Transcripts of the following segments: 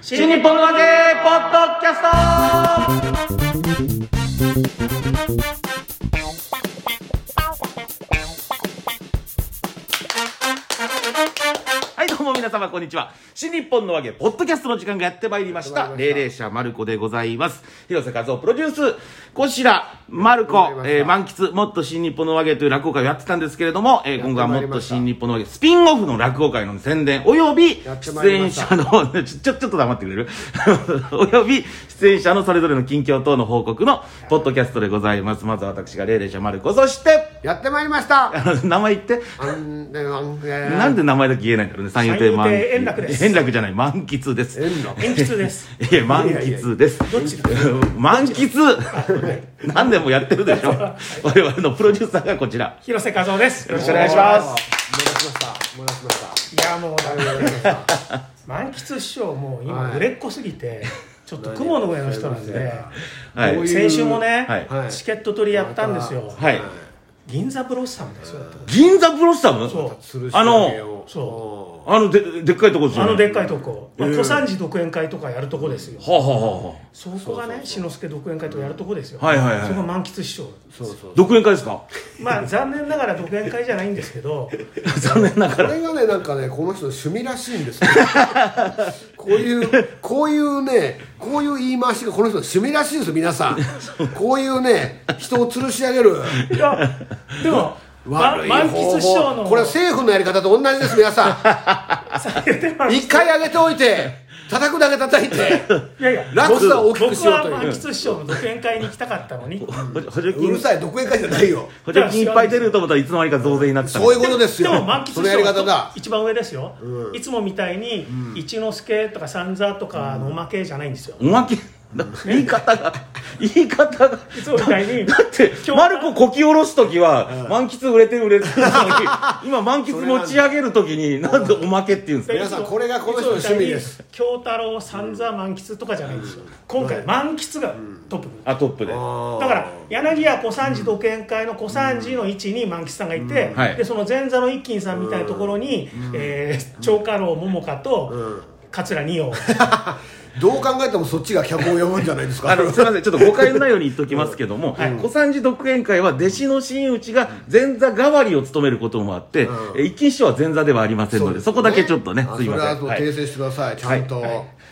新日本のわけポッドキャストはいどうも皆様こんにちは新日本のわけポッドキャストの時間がやってまいりました霊霊者マルコでございます広瀬和夫プロデュースこちらマルコわかり、ましたえー満喫もっと新日本のわけという落語会をやってたんですけれども、えー今後はもっと新日本のわけスピンオフの落語会の宣伝およびやってま出いり演まし者たあの、 ちょ、ちょ、ちょっと黙ってくれる および、出演者のそれぞれの近況等の報告の、ポッドキャストでございます。まずは私が、霊霊者マルコ。そして、 やってまいりましたあの、名前言って。あんでなんでなんで名前だけ言えないんだろうね。三遊亭満三遊亭円楽です円楽じゃない、満喫です。えんの鉛筆です。いや、満喫です。どっちだ満喫何年もやってるでしょ。我々のプロデューサーがこちら。広瀬和夫です。よろしくお願いしあまーす。戻しましたいや、もう、戻しました戻しました満喫師匠もう今はい売れっ子すぎて、ちょっと雲の上の人なんで、はいこういう、先週もねはいチケット取りやったんですよ。はい。銀座ブロッサムですよ。だって銀座ブロッサムそ吊るしあ上げの、をそあの、で、でっかいとこですよ、あね。のでっい。かいとこ、まあ、小三治独演会とかやるとこですよ。はあ、はあはあはそこがね、志の輔独演会とかやるとこですよ。はいはいはいそこが満喫師匠。そうそうあ、独演会ですかまあ、残念ながら独演会じゃないんですけど、残念ながこら。れがねなんかねこの人の趣味らしいんで すよこういうこういうねこういう言い回しがこの人の趣味らしいんですよ皆さんこういうね人を吊るし上げるいや、でも、ま悪い満方喫師匠法の、これ は政府のやり方と同じです皆さ言ってまんす一回上げておいて叩くだけ叩い ていやいや、落差を大き僕くしようはと満いう喫師匠の独演会に行きたかったのに補助う金るさい独演会じゃないよ補助金いっぱい出ると思ったらいつの間にか増税になってたそういうことですよでも満喫師そのやり匠方はだ一番上ですよ、いつもみたいに一之輔とか三座とかのおまけじゃないんですよ、おまけ言い方が言い方がだいつもみた いにって今日マルコこき下ろす時は満喫売れてる売れてるのに 今満喫持ち上げる時になんでおまけって言うんです皆さんこれがこの人の趣味です京太郎三座満喫とかじゃないんですよ、今回満喫がトップ、かあトップであーだから柳家小三治独演会の小三治の位置に満喫さんがいて、はいでその前座の一金さんみたいなところに、えー長家老桃花と桂二葉どう考えてもそっちが客を呼ぶんじゃないですかあのすみませんちょっと誤解のないように言っときますけども、はい小三治独演会は弟子の真打ちが前座代わりを務めることもあって、うんえ一金師匠は前座ではありませんのでそですねこだけちょっとねあすいませんそれははい訂正してください、ちゃんと、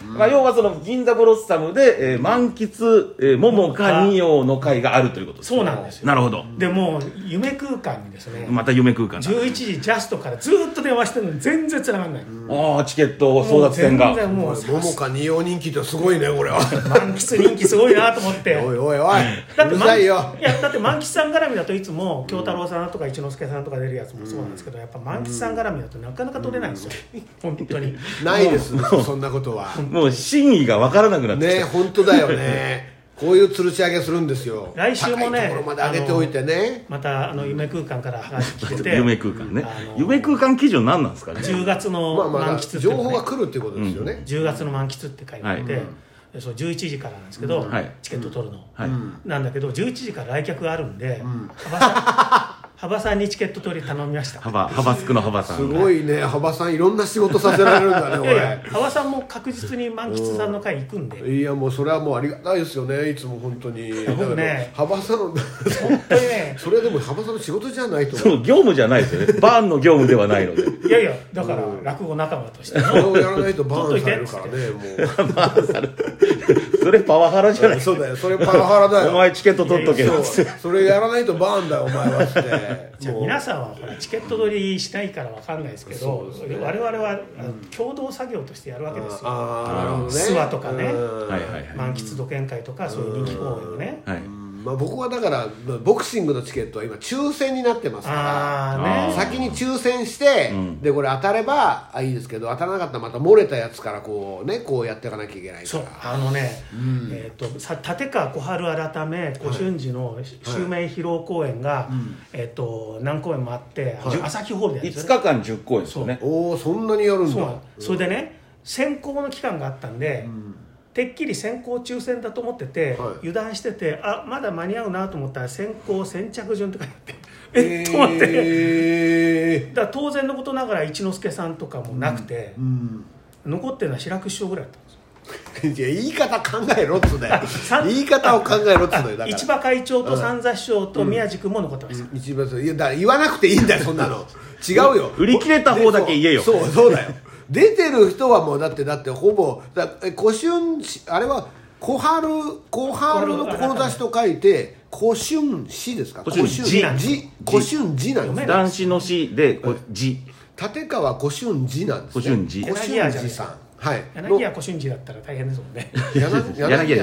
まあ、要はその銀座ブロッサムで、えー満喫、えー、桃か二葉の会があるということですそうなんですよなるほどでもう夢空間にですね、また夢空間だ11時ジャストからずっと電話してるのに全然繋がんない、ああチケット争奪戦もうが全然もうももか二葉人気ってすごいねこれは満喫人気すごいなと思っ ておいおいおいうる満さ喫いよいやだって満喫さん絡みだといつも京太郎さんとか一之輔さんとか出るやつもそうなんですけどやっぱ満喫さん絡みだとなかなか取れないんですよ本当にないですそんなことはもう真意が分からなくなってきた、ね本当だよねこういう吊るし上げするんですよ来週も高いとねころまで上げておいてねまたあの夢空間から話来てて夢空間ね、あの夢空間基準何なんですかね10月のまあま満あ喫っていう情のね報が来るっていうことですよね、 10月の満喫って書いてあって、はいでそう11時からなんですけど、んはいチケット取るの、はい、なんだけど11時から来客があるんで、幅さん 幅さんにチケット取り頼みました幅幅すくの幅さんすごいね幅さんいろんな仕事させられるん だいやいねや幅さんも確実に満喫さんの会行くん俺でいやもうそれはもうありがたいですよねいつも本当にだけど僕ね幅さんの本当にねそれはでも幅さんの仕事じゃないと思うそう業務じゃないですよねバーンの業務ではないので いやいやだから落語仲間としてそれのをやらないとバーンされるからねもそれパワハラじゃないうそうだよそれパワハラだおよ前チケット取っとけよそうそれやらないとバーンだよお前はってじゃあもう皆さんはほらチケット取りしないからわかんないですけどそうですね我々はあの共同作業としてやるわけですよああなるほどね諏訪とかねうんはいはいはい、満喫土建会とかそういう人気公演をねはい、まあ、僕はだからボクシングのチケットは今抽選になってますからああーあね先に抽選して、でこれ当たればあいいですけど当たらなかったらまた漏れたやつからこうねこうやっていかなきゃいけないかそうらあのね、えっ、とさ立川小春改め小春寺の襲名披露公演が、えっ、と何公演もあって、あの朝日ホールでやるんです5よね日間10公演ですよねおおそんなにやるんそうなだのそれでね選考の期間があったんで、てっきり先行抽選だと思ってて、はい油断しててあまだ間に合うなと思ったら先行先着順とかやってええっと思って、えだから当然のことながら一之輔さんとかもなくて、残ってるのは白く師匠ぐらいだったんですよいや言い方考えろっつうだよあさん言い方を考えろっつうだよだから市場会長と三座師匠と宮地君も残ってます、一番そういやだから言わなくていいんだよそん なの違うよ売り切れた方だけ言えよそうそうそうだよ出てる人はもうだってだってほぼだえ古春しあれは小春小春の志と書いて古春氏ですか古春氏字古春字古春字なんです読めねない男子の詩でこう字立川古春寺なんですね古春寺古柳家春じゃ寺ないですさんかはい柳家小春寺だったら大変ですも んね柳柳家じゃない古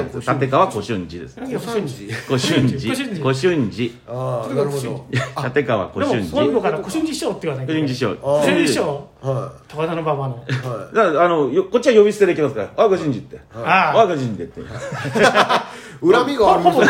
立川古春寺です柳古家小春春寺寺古春寺古春寺古春寺ああなるほど立川古で春も今度寺から小春寺師匠って言わない古春寺師匠小春寺師匠は高田の馬場のいはだからあのよこっちは呼び捨てできますから「ああ古春寺」って「ああああ古春寺」ってい恨みがあるみたい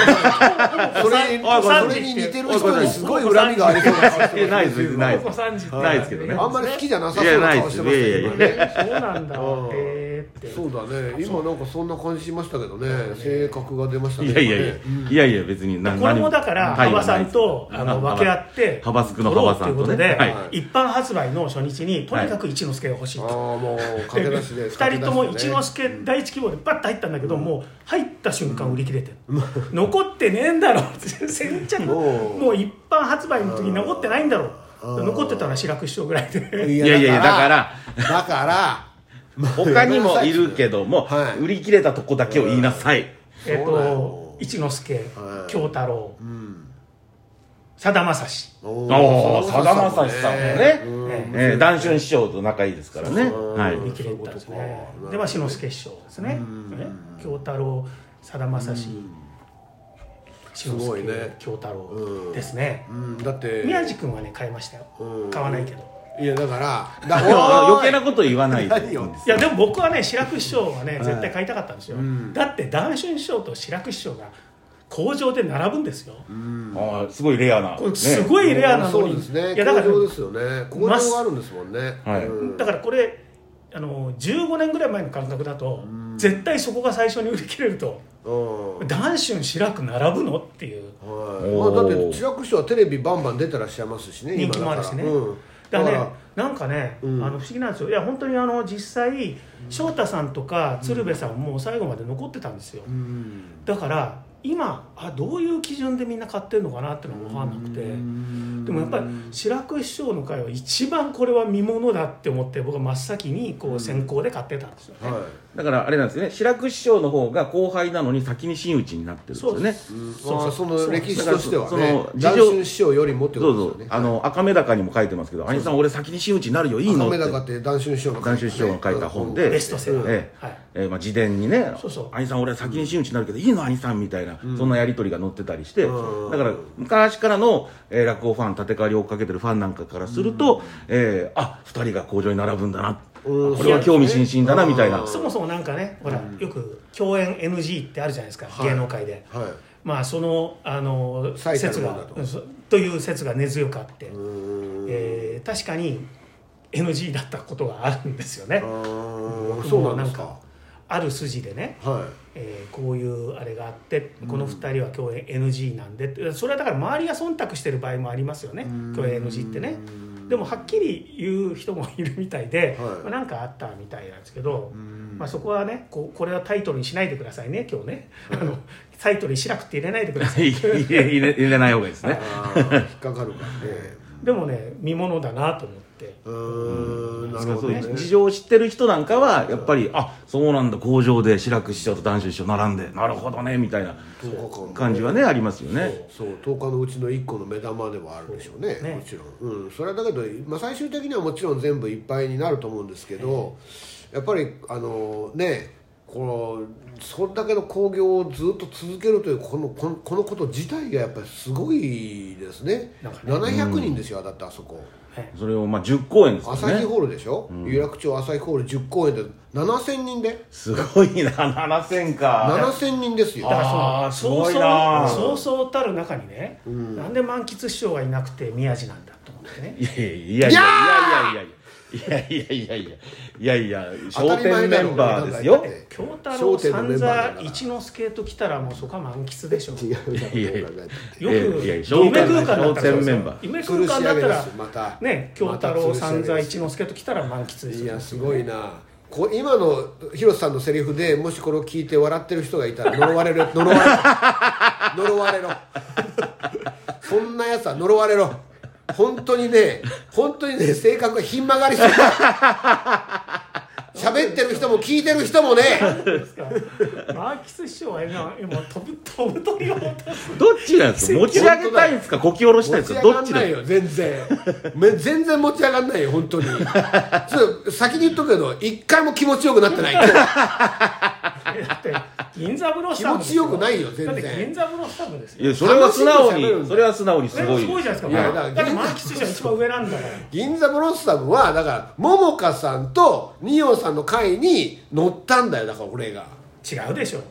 なそれあそれに似てる人にすごいおい恨みがありそうな顔していやないです別にない高です田の馬場ないですけどねあんまり好きじゃなさそうな顔してましたけどいやいやいねそうなんだうんえーってそうだね今なんかそんな感じしましたけどね性格が出ましたねいやいやいやねいやいや別になこれ何もだから対幅はなさいんですとあの分け合って幅すくの幅さんとね取ろうということで、はい一般発売の初日にとにかく一之輔が欲しいああと、もう駆け出しで2人とも一之し輔第一希望でバッと入ったんだけど、もう入った瞬間売り切れてる、 残ってねえんだろう先着もうもう一般発売の時に残ってないんだろう残ってたら志らく師匠ぐらいでいいやいやいやだからだから 他にもいるけども、はい売り切れたとこだけを言いなさい、えっそうだよと一之輔はい京太郎うんさだまさしおおーそうさだまさしさんもねうんええー、談春師匠と仲いいですからねそうはい売り切れたんですそういうねことかでまあ志の輔師匠ですねうんね京太郎さだまさし志のすごい輔ね京太う郎んですねうんだって宮治君はね買いましたようん買わないけどいやだからだ余計なこと言わないで何よいやでも僕はね志らく師匠はね絶対買いたかったんですよんだって談春師匠と志らく師匠が工場で並ぶんですよあーすごいレアな、これすごいレアなのそうにですねいやだから工場ですよね工場があるんですもんねはいうんだからこれあの15年ぐらい前の感覚だと絶対そこが最初に売り切れるとうん談春志らく並ぶのっていうはいおーまあ、だって志らく師匠はテレビバンバン出てらっしゃいますしね人今気もあるしねだからうんだかだからねら、なんかね、うんあの不思議なんですよいや本当にあの実際翔太さんとか鶴瓶さんも最後まで残ってたんですよ、うんだから今あどういう基準でみんな買ってるのかなっていうのが分かんなくて、でもやっぱり志らく師匠の会は一番これは見ものだって思って僕は真っ先にこう先行で買ってたんですよね、はだからあれなんですよね志らく師匠の方が後輩なのに先に真打ちになってるんですよねい、うんそうまあそそうの歴史としてはだからねその事情男春師匠よりもってこどうとぞですよねあの赤目高にも書いてますけど兄さん俺先に真打ちになるよいいのっ亀て高って男春師匠が談春師匠が書いた本でベストセラー、えはいえーまあ、自伝にねそうそう兄さん俺先に真打ちになるけど、いいの兄さん」みたいな、そんなやり取りが載ってたりして、うんだから昔からの、えー落語ファン立川を追っかけてるファンなんかからすると、えーあ二人が工場に並ぶんだな、うんこれは興味津々だな、そうみでたいすねな、うんそもそもなんかねほら、よく共演 NG ってあるじゃないですか、はい芸能界ではまあそのあの最たる説もがのだとうんそという説が根強くあって、いうんえー確かに NG だったことがあるんですよねあ。ー僕そもうなんですかかある筋でね、はえーこういうあれがあってこの2人は共演 NG なんでってそれはだから周りが忖度してる場合もありますよね共演 NG ってね。でもはっきり言う人もいるみたいで、はいまあなんかあったみたいなんですけど、んまあ、そこはねこうこれはタイトルにしないでくださいね今日ね、あのタイトルにしなくて入れないでください入れ入れ入れない方がいいですねいあー引っかかるからねでもね見ものだなと思ってうーんなるそほうどねいう事情を知ってる人なんかはやっぱりあそうなんだ工場で志らく師匠と談春師匠並んでなるほどねみたいな10日間感じはねありますよねそう10日のうちの1個の目玉ではあるでしょうねねもちろん、うん、それはだけど、まあ、最終的にはもちろん全部いっぱいになると思うんですけど、やっぱりあのねこのそれだけの興行をずっと続けるというこのこのこのこと自体がやっぱりすごいですねなんかね700人ですよ、だってあそこねそれをまあ10公演ですから朝日ねホールでしょ、有楽町朝日ホール10公演で7000人ですごいな7000か7000人ですよだかあーらすそのごそういそうなそうそうたる中にね、なんで満喫師匠がいなくて宮治なんだと思ってねいやいやいやいやいやいやいやいやいやいやいやいや当笑たり点前だメろンバーですだよって京太商郎店のメ三ンバーだ座から一之輔と来たらもうそこは満喫でしょ違うなやいやどう考えてもよくいやいや夢商空店間だったら商店メンバー夢吊空るし間上だげったでらすまたね京太郎三座一の之輔と来たら満喫でいしょやすごいなこう今の広瀬さんのセリフでもしこれを聞いて笑ってる人がいたら呪わ れる呪われろ呪われろそんなやつは呪われろ本当にね本当にね性格がひん曲がりすぎた喋ってる人も聞いてる人もねですかマーキス師匠は今今飛ぶ飛ぶ鳥を落とすどっちなんですか持ち上げたいんですかこき下ろしたいん持でちすか上がどっんちななんいですかよ全然め全然持ち上がんないよ本当にそう先に言っとくけど一回も気持ちよくなってないえだって銀座風呂スタ気持ちよくないよ全然だって銀座風呂スタブですいよやそれは素直楽しいこと喋るんだにそれは素直にすそれごもいすごいじゃないですかいやだかだらだかっらてマーキス師匠は一番上なんだから銀座ブロッサムはだから桃花さんと二葉さんの会に乗ったんだよだから俺が違うでしょ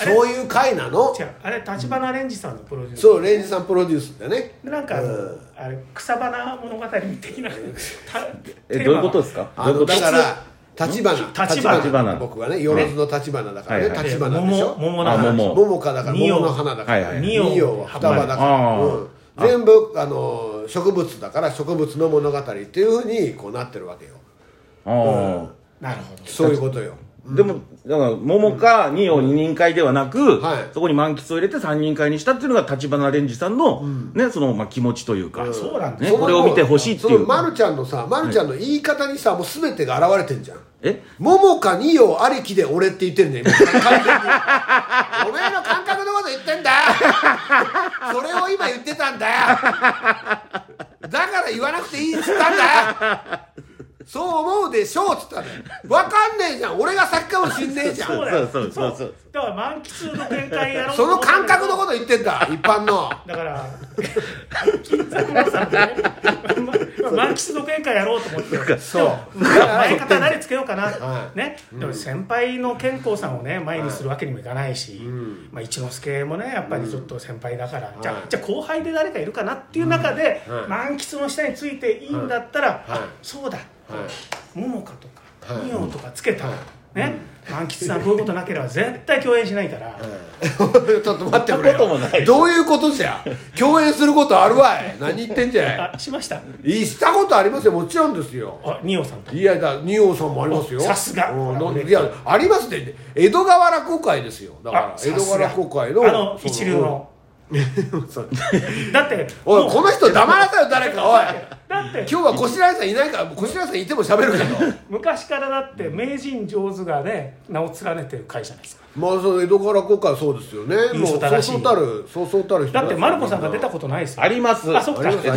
あれそういう会なの違うあれ立花蓮司さんのプロデュースそうレンジさんプロデュースだねでなんかあの、うんあれ草花物語的 なたえテどうーマがいうことですかあどういのうことだから立花橘橘僕はねよろずの立花だからはねい立花でしょえ桃あの話桃桃花だから二葉桃の花だかはらいはい二葉二葉は双葉だかあら、ーうん全部あの植物だから植物の物語っていうふうにこうなってるわけよあなるほどそういうことよあでもだから桃か二葉二人会ではなく、はいそこに満喫を入れて三人会にしたっていうのが橘蓮司さんの、ねそのまあ気持ちというか、そうなんですねそのこれを見てほしいっていそうのまるちゃんのさまるちゃんの言い方にさもう全てが現れてんじゃんえ桃花二葉ありきで俺って言ってんね今完 全におめえの感覚のこと言ってんだよそれを今言ってたんだよだから言わなくていいっつったんだよそう思うでしょうっつったんだよ分かんねえじゃん俺が先かもしんねえじゃんそうだそようそうそうそうだから満喫の展開やろうとそ思のった感んだけ覚どのこと言ってんだ一般のだから金沢さんでねまま満喫の見解やろうと思ってそうでも前方誰つけようかな、はいね、でも先輩の健康さんをね前にするわけにもいかないし、まあ、一之輔もねやっぱりちょっと先輩だから、じゃはあいじゃあ後輩で誰かいるかなっていう中で、うんはい満喫の下についていいんだったら、はいあそうだはい桃花とかはい二葉、とかつけたら、ね、満喫さんこういうことなければ絶対共演しないから。ちょっと待っそんてくれなこともないよどういうことじゃ共演することあるわい何言ってんじゃあしましたいいしたことありますよもちろんですよあ二葉さんといやだ二王さんもありますよさすがうんなんでいやありますって江戸川落語会ですよだからあ江戸川落語会のあのそ一流のうんそうだっておいもうこの人黙らせよ誰かおいだって今日はこしらえさんいないからこしらえさんいても喋るけど昔からだって名人上手がね名を連ねてる会じゃないですかまあその江戸川落語会はそうですよねいいもう人そたうらしいそうたるそうそうたる人だってマルコさんが出たこことないですよありますあそっかありますあ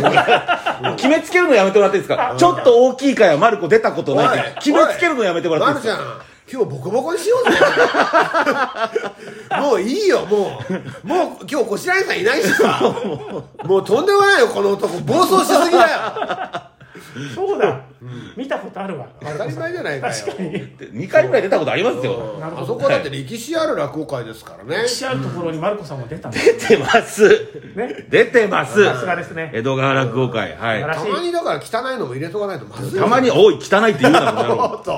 ります決めつけるのやめてもらっていいですかあちょっと大きい会はマルコ出たことないからおい決めつけるのやめてもらまっているいちですゃんか今日ボコボコにしようぜもういいよもうもう今日こしらえさんいないしさ もうとんでもないよこの男暴走しすぎだよそうだ、見たことあるわ当たり前じゃないかよ確かに2回ぐらい出たことありますよなるほどあそこだって歴史ある落語会ですからね歴史あるところにマルコさんも出たんだ出てますね出てますさすがですね江戸川落語会は素晴いらたまにだから汚いのも入れとかないとまずいたまに「おい汚い」って言うなこの野お郎っと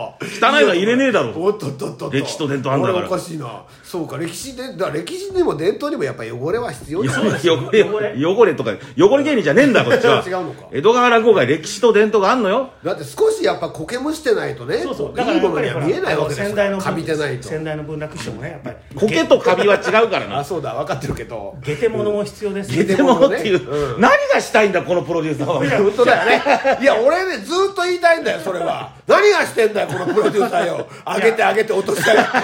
汚いは入れねえだろおっとっとっとっと歴史と伝統あんだから俺おかしいなそうか歴史でだ歴史にも伝統にもやっぱ汚れは必 要ですよ汚れ汚れ汚れとか汚れ芸人じゃねえんだこっちは違うのか江戸川落語会歴史と伝統があんのよだって少しやっぱ苔むしてないとねそうそういいものには見えないわけです先よ代のかびてないと先代の文楽師匠もねやっぱり苔とカビは違うからあなそうだ分かってるけど下手者も必要です下よ手手者っていうう何がしたいんだこのプロデューサー は本当だよねいや俺ねずっと言いたいんだよそれは何がしてんだよこのプロデューサーよ上げて上げて落としたがってよ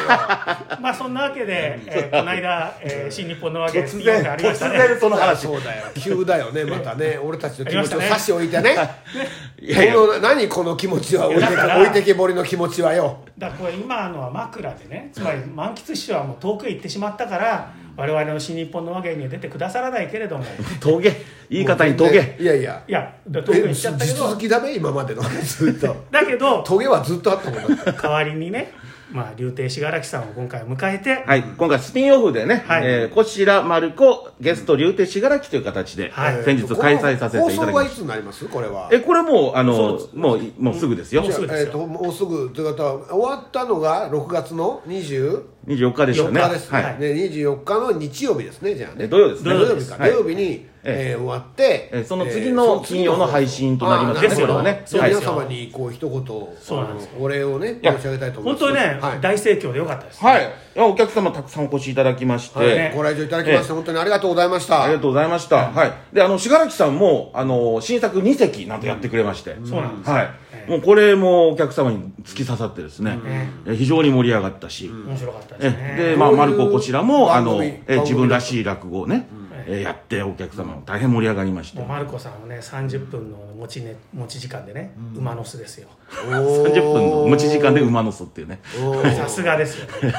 まあそんなわけで、 えーこの間、えー新日本のわけ突っていうの然がありま突したね然その話そうだよ急だよねまたね俺たちの気持ちあをりま差しし置いてねいやいやこの何この気持ちは置いてだから置いてけぼりの気持ちはよだからこれ今のは枕でねつまり満喫師匠はもう遠くへ行ってしまったから我々の新日本の和芸には出てくださらないけれどもい峠言い方に峠ねいやいややだから遠くへえ行っちゃった地けど続きだべ今までのずっとだけどトゲはずっとあったもんだって代わりにね、まあ、竜亭信楽さんを今回迎えて、はい、今回スピンオフでね、はいえー、こしらまるこゲスト竜亭しがらきという形で、はい先日開催させていただき放送はまいしつになりますこれはたえこれもうあのそうもういもうすぐですよもうすぐですえっともうすぐという方は終わったのが6月の20 24日でしたね4日ですね、はいね24日の日曜日ですねじゃあねえ土曜ですね土曜日か、はい土曜日にえー終わって、えーその次の金曜の配信となりますねですよこれはねですよ皆様にこう一言そうなんですあのお礼をねいや申し上げたいと思い本ます当にね、はい大盛況でよかったです、はい、いやお客様たくさんお越しいただきまして、はいねご来場いただきまして、本当にありがとうございましたありがとうございました。はい。で、あの、信楽さんも、あの、新作2席なんとやってくれまして。そうなんですはいえ。えもうこれもお客様に突き刺さってですねえ。え非常に盛り上がったし。面白かったですねえで、まあ、どういうマルコこちらも、あの、番組え番組自分らしい落語をね、うんえやってお客様も大変盛り上がりましてもう。マルコさんはね30分の持ち,、ね、持ち時間でね、馬の巣ですよ30分の持ち時間で馬の巣っていうね。 おーさすがですよね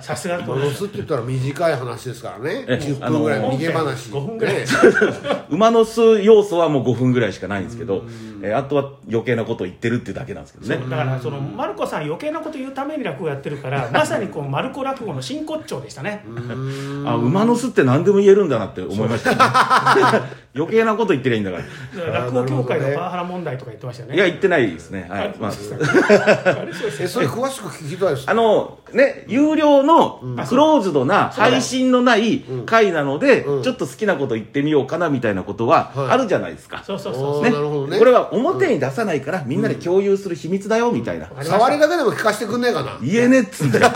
さすがだとマ思いロますスって言ったら短い話ですからねえ10分ぐらいのあの逃げ話5分ぐらいね馬の巣要素はもう5分ぐらいしかないんですけど、えあとは余計なことを言ってるっていうだけなんですけどね。だからそのマルコさん余計なこと言うために落語やってる からまさにこうマルコ落語の真骨頂でしたねあ馬の巣って何でも言えるんだなって思いました、ね、 余計なこと言ってりゃいいんだから、落語協会のパワハラ問題とか言ってましたよねいや言ってないですねはあれい、まあ、あれそうですえそれ詳しく聞きたいですあのね有料のクローズドなそうだ配信のない回なので、うんちょっと好きなこと言ってみようかなみたいなことははいあるじゃないですか、そうそうおそうーねなるほどねこれは表に出さないから、みんなで共有する秘密だよみたいな、わかりました触りだけでも聞かせてくんねえかな言えねえっつうんだ よ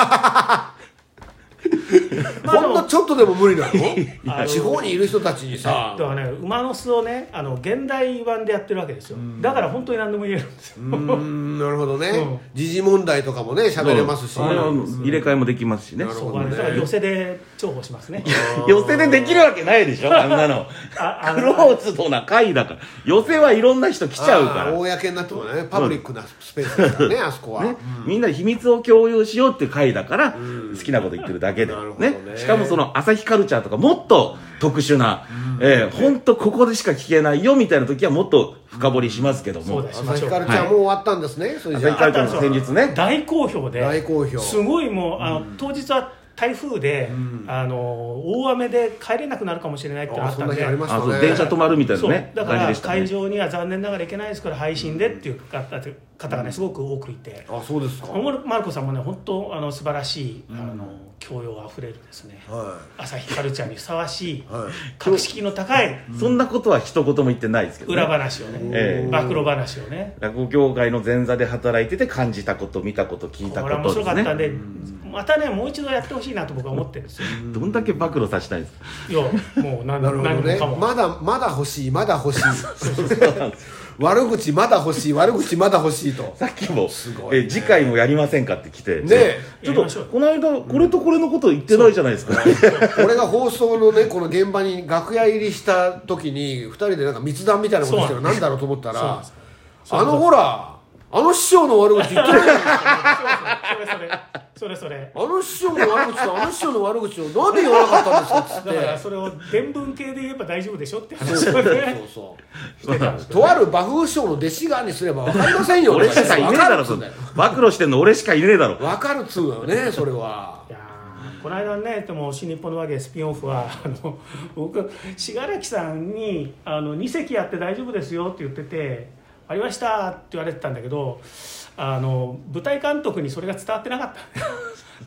まあでほんのもちょっとでも無理なのや地方にいる人たちにさだからね馬の巣をねあの現代版でやってるわけですよだから本当に何でも言えるんですようーんなるほどうんね時事問題とかもね喋れますしあれは入れ替えもできますしねなるほそどこはねねだから寄せで重宝しますね寄せでできるわけないでし ょあんなのああクのローズドな会だから寄せはいろんな人来ちゃうかあーら、公になってもねパブリックなスペースですからねあそこはねみんなで秘密を共有しようって会だから、好きなこと言ってるだけで、なるほどねねしかもその朝日カルチャーとかもっと特殊な、えーほんとここでしか聞けないよみたいな時はもっと深掘りしますけども、そうだしま朝し日ょうカルチャーもう終わったんですねそれじゃ朝日カルあチャーの先日ね大好評で大好評すごいもうあの当日は台風で、あの大雨で帰れなくなるかもしれないってのがああっそたんんな日でありましあたそうね電車止まるみたいなそうねだか感じらでしたね会場には残念ながら行けないですから配信でっていう方方がねすごく多くいて、あそうですかマルマルコさんもね本当あの素晴らしい、あの教養あふれるですね、は朝日カルチャーにふさわしい、はい格式の高いそんなことは一言も言ってないですけど、ね、裏話をね、ええ暴露話をね落語業界の前座で働いてて感じたこと見たこと聞いたここれは面と白かですったんねで、またねもう一度やってほしいなと僕は思ってるんですよどんだけ暴露させたいんですかいやもう何なるほど何もねかも、 まだまだ欲しいまだ欲しい悪口まだ欲しい悪口まだ欲しいとさっきも、ごいえ次回もやりませんかって来てねえちょやりまっしょとうこの間これとこれのこと言ってないじゃないですか、俺が放送のねこの現場に楽屋入りした時に2人でなんか密談みたいなことしてるなんだろうと思ったそうなんらですあのほらあの師匠の悪口言ってないじゃんそうそうそれそれそれそれあの師匠の悪口とあの師匠の悪口をなんで言わなかったんですかっつっだからてそれを伝聞系で言えば大丈夫でしょってそう話そをうねそうとある馬風師匠の弟子側にすれば分かりませんよ 俺しかいねえだろ分かるっつそうんんだなよ暴露してんの俺しかいねえだろ 分かるっつうのよねそれはいやーこの間ねでも新日本のわけスピンオフはあの僕信楽さんにあの「2席やって大丈夫ですよ」って言ってて「ありました」って言われてたんだけどあの舞台監督にそれが伝わってなかった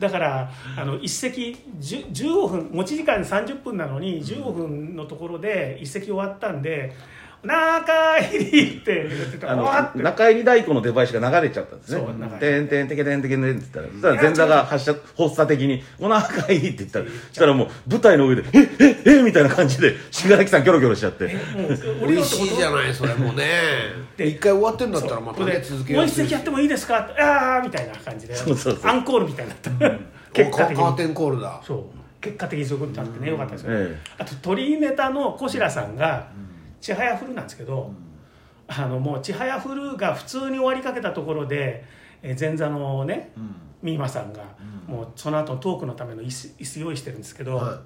だからあの1席10 15分持ち時間30分なのに15分のところで1席終わったんで「中入り!」って言ってたあわーっの中入り太鼓の出囃子が流れちゃったんですそう流ねれてんてんてけてんてけてんって言ったらそしたら前座が発射発作的に「この赤入り」って言ったらそしたらもう舞台の上で「ええええみたいな感じで信楽さんキョロキョロしちゃってもう降美りよう味とし思っいてじゃないそれもうねで一回終わってんだったらまこたれねで続けもうよ一席やってもいいですかってああみたいな感じでそうそうそうアンコールみたいになった、結結果果カ的ーにテンコールだそう結果的にそういうことになってね、よかったですよね、えあと鳥居ネタの小白さんが「ちはやふる」なんですけど、あのもう「ちはやふる」が普通に終わりかけたところでえー前座のね、ミーマさんが、もうその後のトークのための椅子椅子用意してるんですけど、は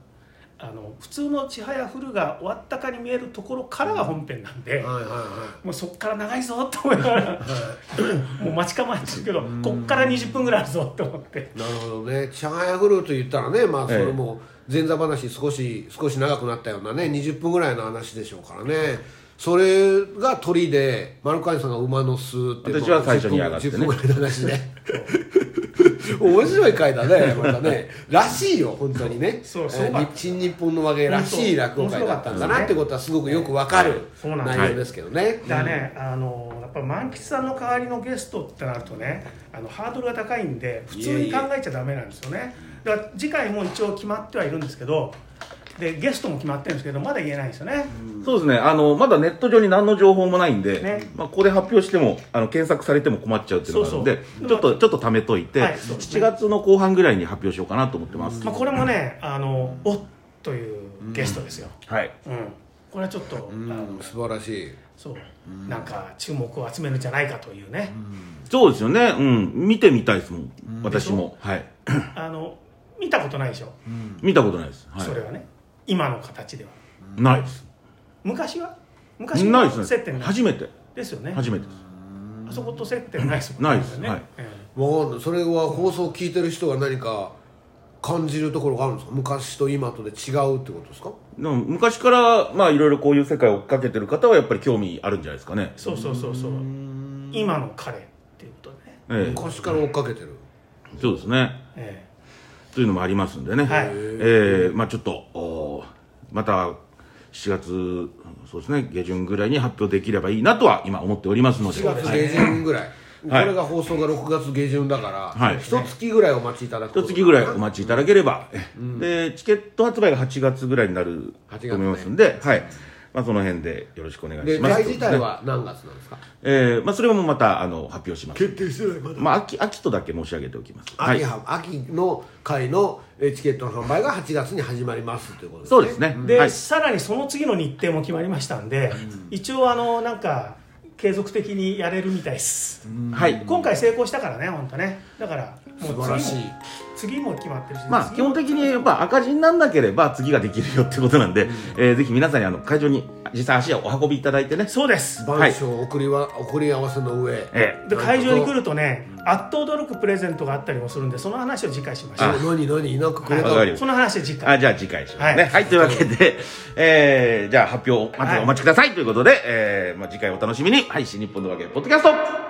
あの普通の「ちはやふる」が終わったかに見えるところからが本編なんいで、はいはいはいもうそっから長いぞと思いながらもう待ち構えてるけどこっから20分ぐらいあるぞと思ってなるほどねチャガヤフルーと言ったらねまあそれも前座話少し少し長くなったようなね20分ぐらいの話でしょうからねそれが鳥で丸川さんが馬の巣って私は最初に上がってね10分ぐらいの話で面白い回だねまたねらしいよ本当にねそうそうえー新日本の和芸らしい落語会だったんだなってことはすごくよくわかるそうなんです内容ですけどねだね、あのやっぱ満喫さんの代わりのゲストってなるとねあのハードルが高いんで普通に考えちゃダメなんですよねだから次回も一応決まってはいるんですけどでゲストも決まってるんですけどまだ言えないんですよね、そうですねあのまだネット上に何の情報もないんで、ねまあ、ここで発表してもあの検索されても困っちゃうっていうのがあるんでそうそうちょっとちょっと貯めといて、はいそうです7ね月の後半ぐらいに発表しようかなと思ってます、まあ、これもねあのおっというゲストですよ、はいうんこれはちょっと、あのうん素晴らしいそう、なんか注目を集めるんじゃないかというね、そうですよねうん見てみたいですもん、私もはいあの見たことないでしょ、見たことないです、はそれい、はね今の形ではないです昔は昔はないです接点ねない初めてですよね初めてですあそこと接点ないですもんないですね、はいえわかんないそれは放送を聞いてる人が何か感じるところがあるんですか昔と今とで違うってことですかでも昔からまあいろいろこういう世界を追っかけてる方はやっぱり興味あるんじゃないですかねえ、そうそうそうそう今の彼っていうことね、ええ、昔から追っかけてるそうですねえというのもありますんでね、はいえーまあ、ちょっとおーまた7月そうです、ね、下旬ぐらいに発表できればいいなとは今思っておりますので4月下旬ぐらい、はいこれが放送が6月下旬だから、はい一月ぐらいお待ちいただくこ一と月ぐらいお待ちいただければ、でチケット発売が8月ぐらいになる8月と思いますんで、はいまあ、その辺でよろしくお願いでします会自体は何月なんですかえーまあ、それもまたあの発表します、決定してないまだまあ、秋秋とだけ申し上げておきます、はい秋,、は秋の会のえチケットの販売が8月に始まりますということですねそうですね、えで、はい、さらにその次の日程も決まりましたんで、一応あのなんか継続的にやれるみたいです、はい今回成功したからね本当ねだからも素う次も晴らしい次も決まってるし、まあ、基次も本的にやっぱ赤字にならなければ次ができるよってことなんで、えーぜひ皆さんにあの会場に実際足をお運びいただいてね、そうです番書送りは、送り合わせの上えで会場に来るとねあっと驚くプレゼントがあったりもするんでその話を次回しましょう何何何なんかくれたわかりましのたその話は次ーあ回じゃあ次回しますね。は、はいいというわけで、えーじゃあ発表をまずはいお待ちくださいということで、えーまあ、次回お楽しみに「はい、新日本のわけポッドキャスト」